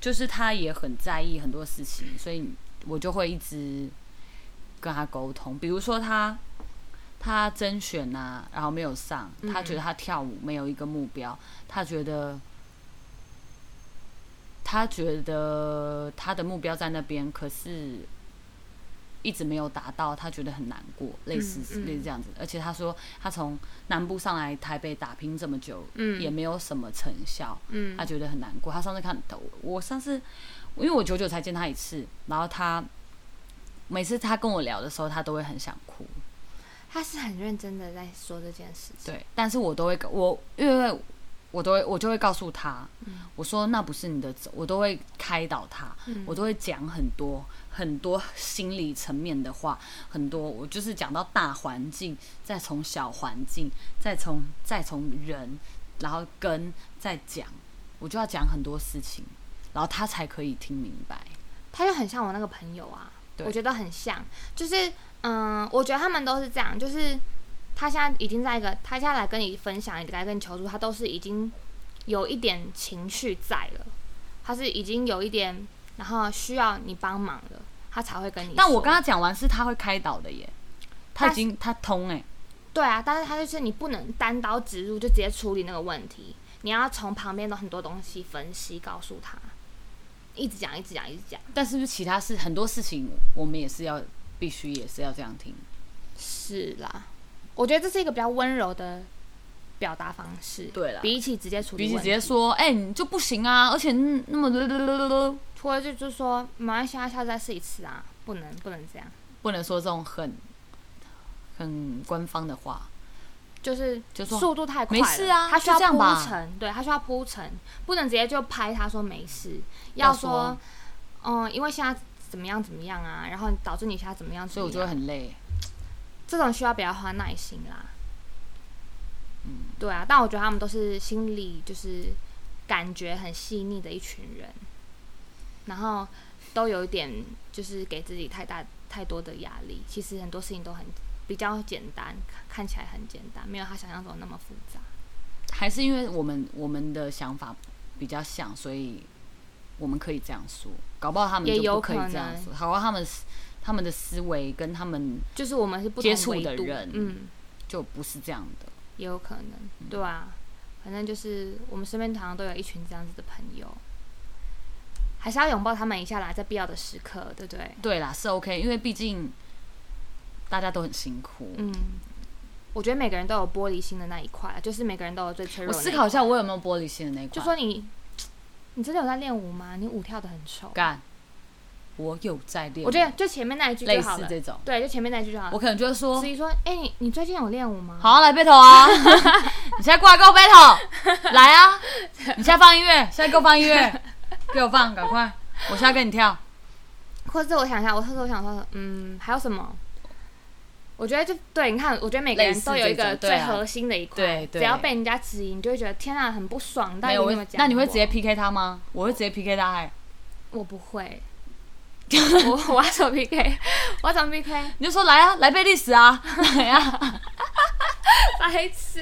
S1: 就是他也很在意很多事情，所以我就会一直跟他沟通。比如说他他甄选呐、然后没有上，
S2: 嗯
S1: 他觉得他跳舞没有一个目标，他觉得他觉得他的目标在那边，可是一直没有达到，他觉得很难过，类似、
S2: 嗯嗯
S1: 类似这样子。而且他说他从南部上来台北打拼这么久，
S2: 嗯，
S1: 也没有什么成效，
S2: 嗯
S1: 他觉得很难过。他上次看我我上次，因为我久久才见他一次，然后他每次他跟我聊的时候，他都会很想哭。
S2: 他是很认真的在说这件事情。
S1: 对，但是我都会跟我因为我都会我就会告诉他，
S2: 嗯
S1: 我说那不是你的责，我都会开导他，
S2: 嗯
S1: 我都会讲很多很多心理层面的话，很多我就是讲到大环境，再从小环境，再从再从人，然后跟再讲，我就要讲很多事情，然后他才可以听明白。
S2: 他就很像我那个朋友啊，
S1: 对
S2: 我觉得很像，就是嗯，我觉得他们都是这样，就是他现在已经在一个，他现在来跟你分享，来跟你求助，他都是已经有一点情绪在了，他是已经有一点，然后需要你帮忙了，他才会跟你说。
S1: 但我跟他讲完是他会开导的耶，他已
S2: 但是
S1: 经他通哎、
S2: 对啊，但是他就是你不能单刀直入就直接处理那个问题，你要从旁边的很多东西分析，告诉他，一直讲，一直讲，一直讲。
S1: 但是不是其他事很多事情我们也是要必须也是要这样听？
S2: 是啦，我觉得这是一个比较温柔的表达方式。
S1: 对啦
S2: 比起直接处理
S1: 比
S2: 问
S1: 起
S2: 题，
S1: 直接说哎、你就不行啊，而且那那么
S2: 除了就就说没关系啊，下次再试一次啊，不能不能这样，
S1: 不能说这种很很官方的话。
S2: 就是
S1: 就说
S2: 速度太快
S1: 没事啊
S2: 他需要
S1: 就这样吧
S2: 铺陈，对他需要铺陈，不能直接就拍他说没事，
S1: 要
S2: 要
S1: 说
S2: 说嗯，因为现在怎么样怎么样啊，然后导致你现在怎么样怎
S1: 所以
S2: 么
S1: 我就
S2: 样，
S1: 会很累。
S2: 这种需要比较花耐心啦。嗯，对啊，但我觉得他们都是心里就是感觉很细腻的一群人，然后都有一点就是给自己太大太多的压力。其实很多事情都很比较简单，看看起来很简单，没有他想象中那么复杂。
S1: 还是因为我们我们的想法比较像，所以我们可以这样说。搞不好他们
S2: 也
S1: 就不
S2: 有
S1: 可以
S2: 可
S1: 这样
S2: 能
S1: 说，搞不好他们思他们的思维跟他们
S2: 就是我们是不同
S1: 接触
S2: 维
S1: 的
S2: 度
S1: 人嗯
S2: 嗯，
S1: 就不是这样的。
S2: 也有可能，对啊，反正就是我们身边常常都有一群这样子的朋友，还是要拥抱他们一下啦，在必要的时刻，对不对？
S1: 对啦，是 OK，因为毕竟大家都很辛苦。
S2: 嗯，我觉得每个人都有玻璃心的那一块啊，就是每个人都有最脆
S1: 我
S2: 弱的那一
S1: 思
S2: 块。
S1: 考一下，我有没有玻璃心的那一块？
S2: 就说你，你真的有在练舞吗？你舞跳的很丑。
S1: 干，我有在练，
S2: 我觉得就前面那一句
S1: 类
S2: 就好
S1: 似
S2: 了。
S1: 这种，
S2: 对，就前面那一句就好
S1: 我
S2: 了。
S1: 可能就会说
S2: 所，以说，哎、你你最近有练舞吗？
S1: 好，来 battle 啊！ 你现在过来跟我 battle，来啊！你现在放音乐，现在给我放音 乐，给我放，赶快！我现在跟你跳。
S2: 或者是我想一下，我或者我想说，嗯，还有什么？我觉得就对，你看，我觉得每个
S1: 类
S2: 人
S1: 似
S2: 都有一
S1: 这
S2: 个
S1: 种对
S2: 最
S1: 啊
S2: 核心的一块，
S1: 对对
S2: 只要被人家质疑，你就会觉得天啊，很不爽。到
S1: 没
S2: 底
S1: 有，
S2: 你
S1: 我
S2: 有没有讲
S1: 那你会
S2: 我
S1: 直接 PK 他吗？我会直接 PK 他、哎，
S2: 我不会， 我我要怎么 PK？我要怎么 PK？
S1: 你就说来啊，来背历史啊，来啊，
S2: 白痴。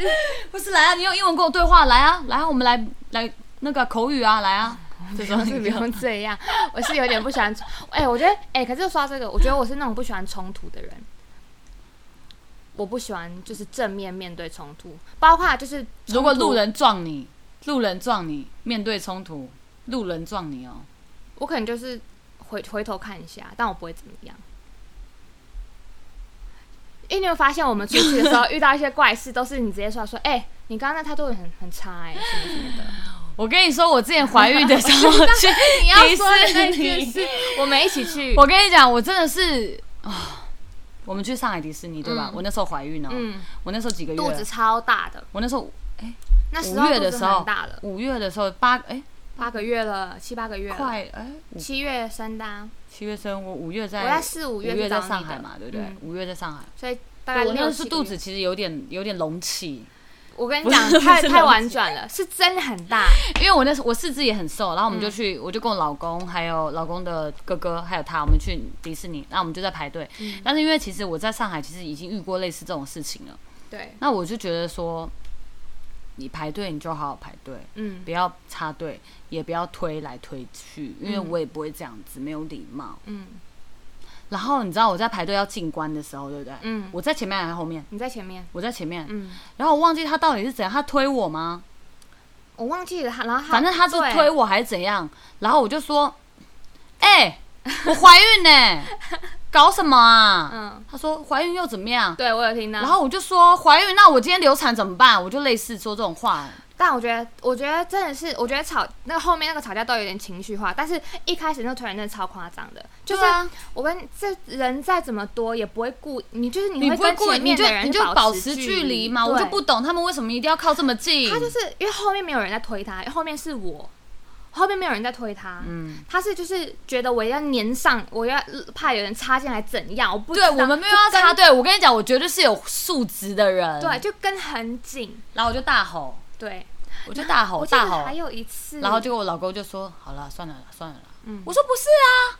S1: 不是来啊，你用英文跟我对话，来啊，来啊，我们来来那个口语啊，来啊，这 种
S2: 是不用这样，我是有点不喜欢 冲。哎、我觉得，哎、可是说到这个，我觉得我是那种不喜欢冲突的人。我不喜欢就是正面面对冲突，包括就是
S1: 如果
S2: 冲突
S1: 路，人撞你，路人撞你，面对冲突，路人撞你哦，
S2: 我可能就是回回头看一下，但我不会怎么样。因为你有发现，我们出去的时候遇到一些怪事，都是你直接说说，哎、你刚刚那态度很很差、哎，什么什么的。
S1: 我跟你说，我之前怀孕的时候 去
S2: 你要
S1: 迪士尼，
S2: 说的那件事，我们一起去，
S1: 我跟你讲，我真的是啊，我们去上海迪士尼对吧？
S2: 嗯
S1: 我那时候怀孕哦、
S2: 嗯，
S1: 我那时候几个月，
S2: 肚子超大的，
S1: 我那时候
S2: 那时
S1: 五
S2: 候
S1: 月
S2: 肚
S1: 的
S2: 子
S1: 时候
S2: 很大了。
S1: 五月的时候八哎、
S2: 八个月了，七八个月了，
S1: 快哎五
S2: 七月生的啊、
S1: 七月生，我五月
S2: 我
S1: 在
S2: 在四五
S1: 五
S2: 月
S1: 月在
S2: 是找
S1: 上
S2: 你
S1: 海
S2: 的
S1: 嘛，对不对
S2: 嗯？
S1: 五月在上海，
S2: 所以大概
S1: 我那
S2: 六
S1: 时
S2: 七
S1: 候
S2: 个
S1: 肚
S2: 月
S1: 子其实有点有点隆起，
S2: 我跟你
S1: 不是
S2: 讲，
S1: 不
S2: 太
S1: 是
S2: 太
S1: 隆
S2: 婉
S1: 起
S2: 转了，是真的很 大。
S1: 因为我那时候我四肢也很瘦，然后我
S2: 嗯
S1: 们就去，我就跟我老公还有老公的哥哥还有他，我们去迪士尼，那我们就在排队。
S2: 嗯
S1: 但是因为其实我在上海其实已经遇过类似这种事情了，
S2: 对，
S1: 那我就觉得说，你排队你就好好排队，
S2: 嗯
S1: 不要插队，也不要推来推去，因为我也不会这样子，没有礼貌。
S2: 嗯
S1: 然后你知道我在排队要进关的时候，对不对？
S2: 嗯，
S1: 我在前面还是后面？
S2: 你在前面。
S1: 我在前面，
S2: 嗯，
S1: 然后我忘记他到底是怎样，他推我吗？
S2: 我忘记了他，然后他
S1: 反正他是
S2: 对
S1: 推我还是怎样，然后我就说：“ 哎、我怀孕呢、搞什么啊
S2: 嗯？”，
S1: 他说：“怀孕又怎么样
S2: 对啊我有听？”到。
S1: 然，后我就说：“怀孕，那我今天流产怎么办？”我就类似说这种话，
S2: 但我觉得，我觉得真的是，我觉得吵那个后面那个吵架都有点情绪化，但是一开始那个突然真的超夸张的，就是
S1: 对啊，
S2: 我跟这人再怎么多也不会故，你就是你
S1: 你
S2: 会
S1: 不会
S2: 跟
S1: 故意，
S2: 前
S1: 你
S2: 面
S1: 就
S2: 的人
S1: 你就保持
S2: 持
S1: 距离嘛，我就
S2: 对
S1: 不懂他们为什么一定要靠这么近。
S2: 他就是因为后面没有人在推他，后面是我，后面没有人在推他，
S1: 嗯，
S2: 他是就是觉得我要粘上，我要怕有人插进来怎样，我不
S1: 对
S2: 知道
S1: 我们没有要插队，我跟你讲，我绝对是有素质的人。
S2: 对，，就跟很紧，
S1: 然后我就大吼，
S2: 对，
S1: 我就大吼
S2: 我记得
S1: 大吼
S2: 还，有一次，
S1: 然后结果我老公就说：“好了，算了啦，算了啦。”
S2: 嗯
S1: 我说：“不是啊，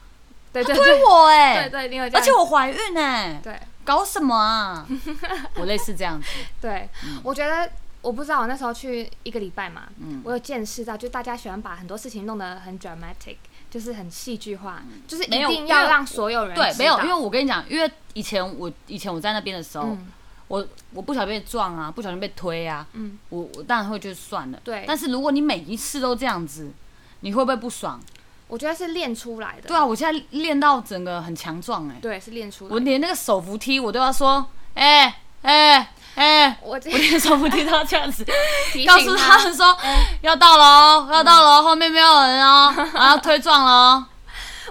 S2: 对
S1: 他
S2: 对
S1: 推
S2: 对
S1: 我哎、
S2: 对对，你有这样
S1: 而且我怀孕哎、
S2: 对
S1: 搞什么 啊？我类似这样子，
S2: 对，我觉得我不知道，我那时候去一个礼拜嘛，
S1: 嗯，
S2: 我有见识到，就大家喜欢把很多事情弄得很 dramatic，就是很戏剧化，就是一
S1: 嗯没有
S2: 定
S1: 因
S2: 要
S1: 为
S2: 让所有人
S1: 对，
S2: 知
S1: 没有，
S2: 道
S1: 因为我跟你讲，因为以前我以前我在那边的时候，
S2: 嗯
S1: 我我不小心被撞啊，不小心被推啊，
S2: 嗯，
S1: 我我当然会觉得算了，
S2: 对
S1: 但是如果你每一次都这样子，你会不会不爽？
S2: 我觉得是练出来的，
S1: 对啊，我现在练到整个很强壮哎、
S2: 对，是练出来
S1: 我
S2: 的。
S1: 连那个手扶梯我都要说，哎哎哎，
S2: 我这
S1: 我连手扶梯都要这样 子。
S2: 提
S1: 告
S2: 醒
S1: 诉
S2: 嗯
S1: 他们说、 要到了哦，要到了哦，后面没有人哦，然后推撞了哦。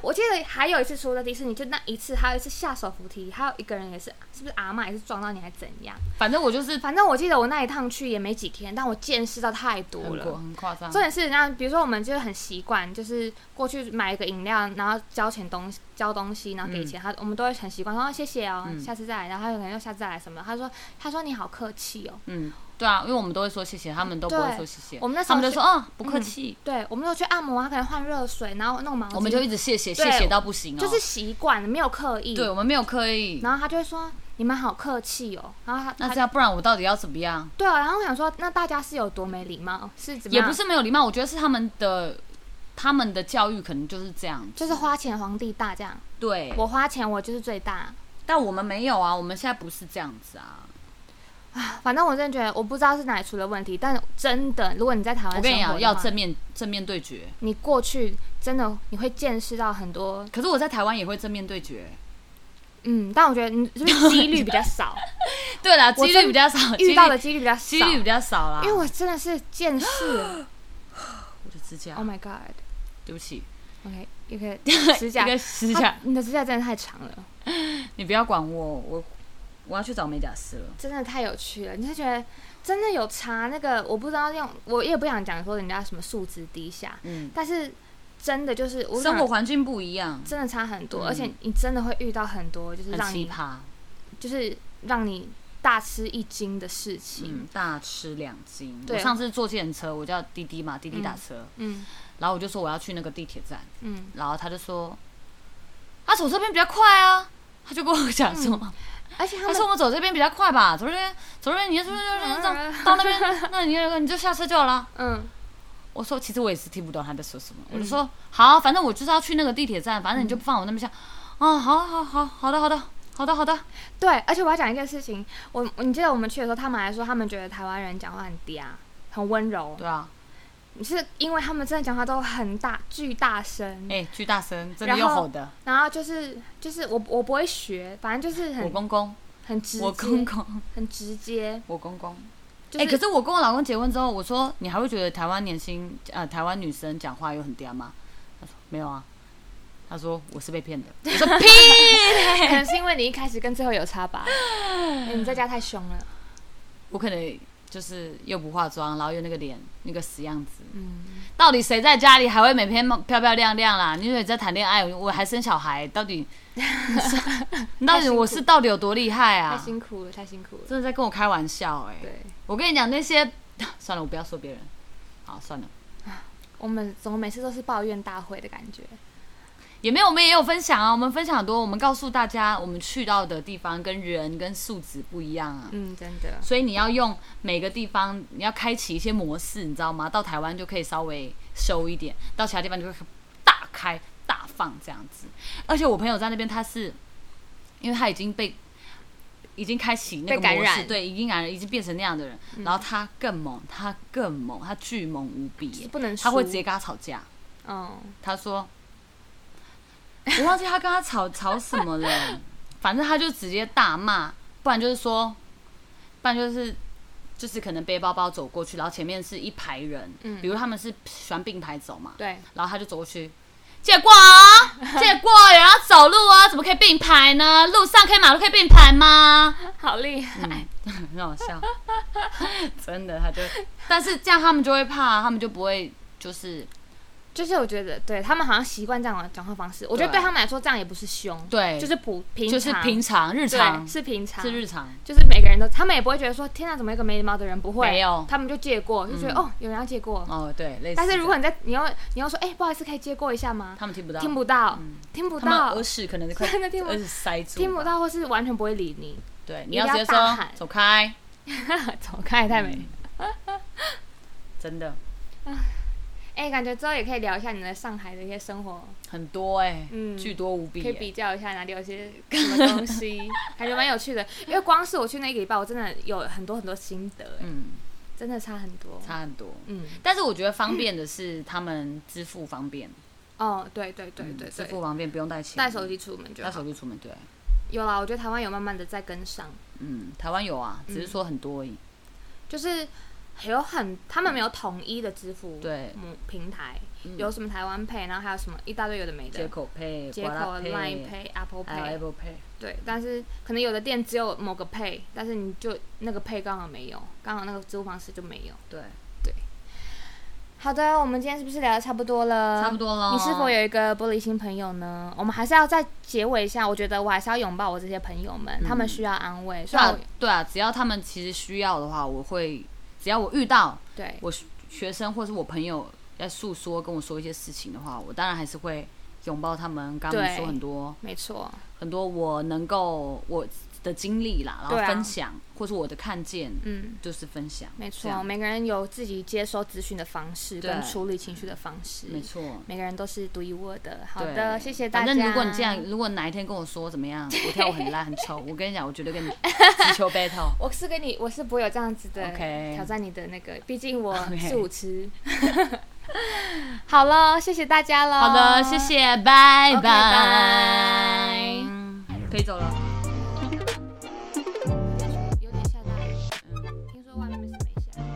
S2: 我记得还有一次除了迪士尼，就那一次，还有一次下手扶梯，还有一个人也是，是不是阿嬷也是撞到你还怎样？
S1: 反正我就是
S2: 反正我记得我那一趟去也没几天，但我见识到太多
S1: 很过
S2: 了。
S1: 很夸张
S2: 重，点是，那比如说我们就是很习惯，就是过去买一个饮料，然后交钱东西交东西，然后给钱，他我们都会很习惯说、哦、谢谢哦，
S1: 嗯
S2: 下次再来，然后他有可能又下次再来什么的，他说他说你好客气哦，
S1: 嗯，对啊，因为我们都会说谢谢，他们都不会说谢谢，
S2: 我们那时
S1: 他
S2: 候
S1: 们就说
S2: 去
S1: 嗯不客气，
S2: 对，我们都去按摩，他可能换热水，然后弄毛巾，
S1: 我们就一直谢谢
S2: 对
S1: 谢谢到不行哦，
S2: 就是习惯，没有刻意，
S1: 对我们没有刻意，
S2: 然后他就会说你们好客气哦，然后他
S1: 那
S2: 他
S1: 这样不然我到底要怎么样？
S2: 对啊，然后我想说，那大家是有多没礼貌，是怎么
S1: 也
S2: 样？
S1: 不，是没有礼貌，我觉得是他们的他们的教育可能就是这样，
S2: 就是花钱皇帝大这样，
S1: 对，
S2: 我花钱我就是最大。
S1: 但我们没有啊，我们现在不是这样子啊。
S2: 反正我真的觉得，我不知道是哪里出了问题，但真的，如果你在台湾
S1: 我
S2: 生活
S1: 跟你
S2: 的话
S1: 讲，要正面正面对决。
S2: 你过去真的你会见识到很多，
S1: 可是我在台湾也会正面对决、
S2: 嗯，但我觉得你是不是几率比较 少，
S1: 对啦，
S2: 我
S1: 几率
S2: 真
S1: 比较少，几
S2: 遇
S1: 率
S2: 到的几率比较少，
S1: 几率比较少啦。
S2: 因为我真的是见识了
S1: 我的指甲
S2: ，Oh my God，OK，、
S1: 对不起，
S2: 一个指 甲
S1: 一，个指
S2: 指
S1: 甲，
S2: 你的指甲真的太长了，
S1: 你不要管我，我我要去找美甲师了。
S2: 真的太有趣了，你就觉得真的有差。那个我不知道用，我也不想讲说人家什么素质低下，
S1: 嗯，
S2: 但是真的就是我
S1: 生
S2: 想
S1: 活环境不一样，
S2: 真的差很多，
S1: 嗯
S2: 而且你真的会遇到很多就是
S1: 很
S2: 让
S1: 奇
S2: 你
S1: 葩。
S2: 就是让你大吃一惊的事情。
S1: 嗯，大吃两惊。
S2: 对
S1: 我上次坐计程车，我叫滴滴嘛，滴滴打车，
S2: 嗯
S1: 然后我就说我要去那个地铁站，
S2: 嗯，
S1: 然后他就说，他走这边比较快啊。他就跟我讲说，
S2: 嗯而且他
S1: 他
S2: 们
S1: 说我们走这边比较快吧，走这边，走这边，你就走这样到那边，那你就你就下车就好了。
S2: 嗯
S1: 我说其实我也是听不懂他在说什么，我就说好，反正我就是要去那个地铁站，反正你就
S2: 嗯
S1: 放我那边下。啊，好好好好的好的好的好的，
S2: 对，而且我要讲一件事情，我你记得我们去的时候，他们还说他们觉得台湾人讲话很嗲，很温柔，
S1: 对啊，
S2: 是因为他们真的讲话都很大巨大声，
S1: 哎，巨大声，真的
S2: 然
S1: 又
S2: 后
S1: 吼的，
S2: 然后就是就是我我不会学，反正就是
S1: 我
S2: 很
S1: 公公，
S2: 很嗯直接，
S1: 我公公，
S2: 很直接，
S1: 我公公。
S2: 就是、
S1: 哎，可是我跟我老公结婚之后，我说你还会觉得台湾年轻呃台湾女生讲话又很嗲吗？他说没有啊，他说我是被 骗的。我说屁，
S2: 可能是因为你一开始跟最后有 差吧，哎你在家太凶了，
S1: 我可能就是又不化妆，然后又那个脸那个死样子。
S2: 嗯，
S1: 到底谁在家里还会每天漂漂亮亮啦？你以为你在谈恋爱，我还生小孩，到底你到底我是到底有多厉害
S2: 太
S1: 啊？
S2: 辛苦了，太辛苦了。
S1: 真的在跟我开玩笑哎、
S2: 对，
S1: 我跟你讲那些， 算了，我不要说别人。好，算了，
S2: 我们怎么每次都是抱怨大会的感觉？
S1: 也没有，我们也有分享啊，我们分享很多，我们告诉大家我们去到的地方跟人跟素质不一样啊。
S2: 嗯，真的。
S1: 所以你要用每个地方，你要开启一些模式，你知道吗？到台湾就可以稍微收一点，到其他地方就会大开大放这样子。而且我朋友在那边，他是因为他已经被已经开启那个
S2: 被感
S1: 模式，
S2: 染
S1: 对，已经感染，已经变成那样的人。然后他更猛，他更猛，他巨猛无比
S2: 就是
S1: 耶，
S2: 不能
S1: 他会
S2: 输
S1: 直接跟他吵架。
S2: 嗯，
S1: 他说， 我忘记他跟他吵吵什么了， 反正他就直接大骂，不然就是说，不然就是就是可能背包包走过去，然后前面是一排人，
S2: 嗯
S1: 比如他们是喜欢并排走嘛，
S2: 对，
S1: 然后他就走过去。借过 啊，借过，有人要走路啊，怎么可以并排呢？路上可以马路可以并排吗？
S2: 好厉害。
S1: 嗯，很好笑， 真的，他就，但是这样他们就会怕，他们就不会就是
S2: 就是我觉得，对他们好像习惯这样的讲话方式。我觉得
S1: 对啊
S2: 对他们来说，这样也不是凶，
S1: 对，
S2: 就是普平常，
S1: 就是平常日
S2: 对
S1: 常
S2: 是平常，
S1: 是日常，
S2: 就是每个人都，他们也不会觉得说，天啊，怎么一个没礼貌的人不会？
S1: 没有嗯
S2: 他们就借过，就觉得、哦，有人要借过。
S1: 哦，对，类似这样。
S2: 但是如果你在，你要你要说，哎、不好意思，可以借过一下吗？
S1: 他们听不到，嗯
S2: 听不到，听不
S1: 他们
S2: 到
S1: 耳，屎可能是快
S2: 真的听不
S1: 耳屎塞住，
S2: 听不。到，或是完全不会理你，
S1: 对，你
S2: 一定
S1: 要直接
S2: 要大
S1: 说
S2: 喊
S1: 走开，
S2: 走开，太
S1: 嗯
S2: 美。
S1: 真的
S2: 哎、感觉之后也可以聊一下你在上海的一些生活，
S1: 很多哎，
S2: 嗯
S1: 巨多无比
S2: 可以
S1: 欸。
S2: 比较一下哪里有些什么东西， 感觉蛮有趣的。因为光是我去那个礼拜，我真的有很多很多心得、哎
S1: 嗯，
S2: 真的差很多。
S1: 差很多。
S2: 嗯，
S1: 但是我觉得方便的是他们支付方便，
S2: 哦，对对对
S1: 嗯
S2: 对
S1: 支
S2: 对，
S1: 付方便不用带钱，
S2: 带手机出门就
S1: 带
S2: 好。
S1: 手机出门。对，
S2: 有啦，我觉得台湾有慢慢的在跟上，
S1: 嗯，台湾有啊，只是说很多而已。
S2: 就是有很他们没有统一的支付
S1: 对
S2: 嗯平台，
S1: 嗯
S2: 有什么台湾 Pay，然后还有什么一大堆有的没
S1: 接
S2: 的，
S1: 口 Pay、
S2: 接口啊
S1: Kuala
S2: Line
S1: Pay，
S2: Pay、Apple
S1: 还有
S2: Pay，
S1: Apple Pay。
S2: 对，但是可能有的店只有某个 Pay，但是你就那个 Pay 刚好没有，刚好那个支付方式就没有。
S1: 对，
S2: 好的，我们今天是不是聊的差不多了？
S1: 差不。多了。
S2: 呃你是否有一个玻璃心朋友呢？我们还是要再结尾一下，我觉得我还是要拥抱我这些朋友们，他们需要安慰。
S1: 嗯对
S2: 虽然
S1: 啊
S2: 我，
S1: 对啊，只要他们其实需要的话，我会，只要我遇到
S2: 对
S1: 我学学生或是我朋友在诉说跟我说一些事情的话，我当然还是会拥抱他们，跟他们
S2: 对
S1: 说很多
S2: 没错，
S1: 很多我能够我的经历啦，然后
S2: 对啊
S1: 分享、或是我的看见，
S2: 嗯，
S1: 就是分享，
S2: 没
S1: 这
S2: 错，
S1: 样
S2: 每个人有自己接收资讯的方式
S1: 对
S2: 跟处理情绪的方式，
S1: 没错。
S2: 每个人都是独一无二的。好
S1: 对
S2: 的，谢谢大家。
S1: 反正如果你这样，如果哪一天跟我说怎么样， 我跳舞很烂很丑，我跟你讲，我绝对跟你直球 battle。
S2: 我是跟你，我是不会有这样子的
S1: OK
S2: 挑战你的那个，毕竟我
S1: OK
S2: 是舞痴。 好了，谢谢大家了。
S1: 好的，谢。谢，拜拜
S2: OK，拜
S1: 嗯可以走了。
S2: 有点下大雨，听说外面是没下，
S1: 啊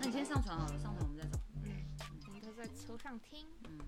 S1: 那你先上床好了，上床我们再走。
S2: 嗯，我们都在车上听。
S1: 嗯。